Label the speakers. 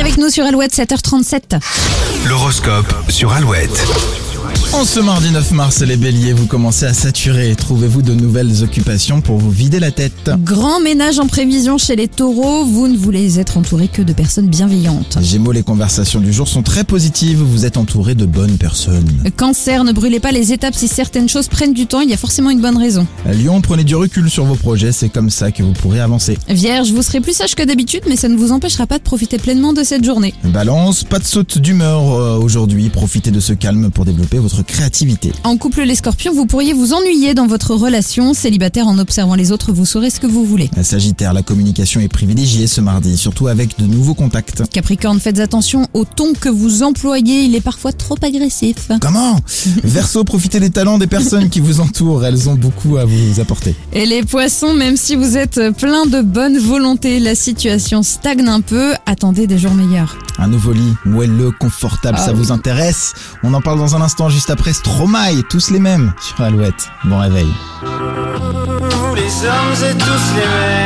Speaker 1: avec nous sur Alouette 7h37.
Speaker 2: L'horoscope sur Alouette.
Speaker 3: En ce mardi 9 mars, les béliers, vous commencez à saturer. Trouvez-vous de nouvelles occupations pour vous vider la tête.
Speaker 1: Grand ménage en prévision chez les taureaux, vous ne voulez être entouré que de personnes bienveillantes.
Speaker 3: Gémeaux, les conversations du jour sont très positives. Vous êtes entouré de bonnes personnes.
Speaker 1: Cancer, ne brûlez pas les étapes si certaines choses prennent du temps, il y a forcément une bonne raison.
Speaker 3: Lyon, prenez du recul sur vos projets. C'est comme ça que vous pourrez avancer.
Speaker 1: Vierge, vous serez plus sage que d'habitude, mais ça ne vous empêchera pas de profiter pleinement de cette journée.
Speaker 3: Balance, pas de saute d'humeur euh, aujourd'hui. Profitez de ce calme pour développer votre créativité.
Speaker 1: En couple les scorpions, vous pourriez vous ennuyer dans votre relation. Célibataire, en observant les autres, vous saurez ce que vous voulez.
Speaker 3: Sagittaire, la communication est privilégiée ce mardi, surtout avec de nouveaux contacts.
Speaker 1: Capricorne, faites attention au ton que vous employez, il est parfois trop agressif.
Speaker 3: Comment Verseau, profitez des talents des personnes qui vous entourent. Elles ont beaucoup à vous apporter.
Speaker 1: Et les poissons, même si vous êtes plein de bonne volonté, la situation stagne un peu, attendez des jours meilleurs.
Speaker 3: Un nouveau lit, moelleux, confortable,
Speaker 1: Ah
Speaker 3: ça
Speaker 1: oui.
Speaker 3: vous intéresse On en parle dans un instant, juste après Stromae, tous les mêmes sur Alouette. Bon réveil.
Speaker 4: Tous les hommes et tous les mêmes.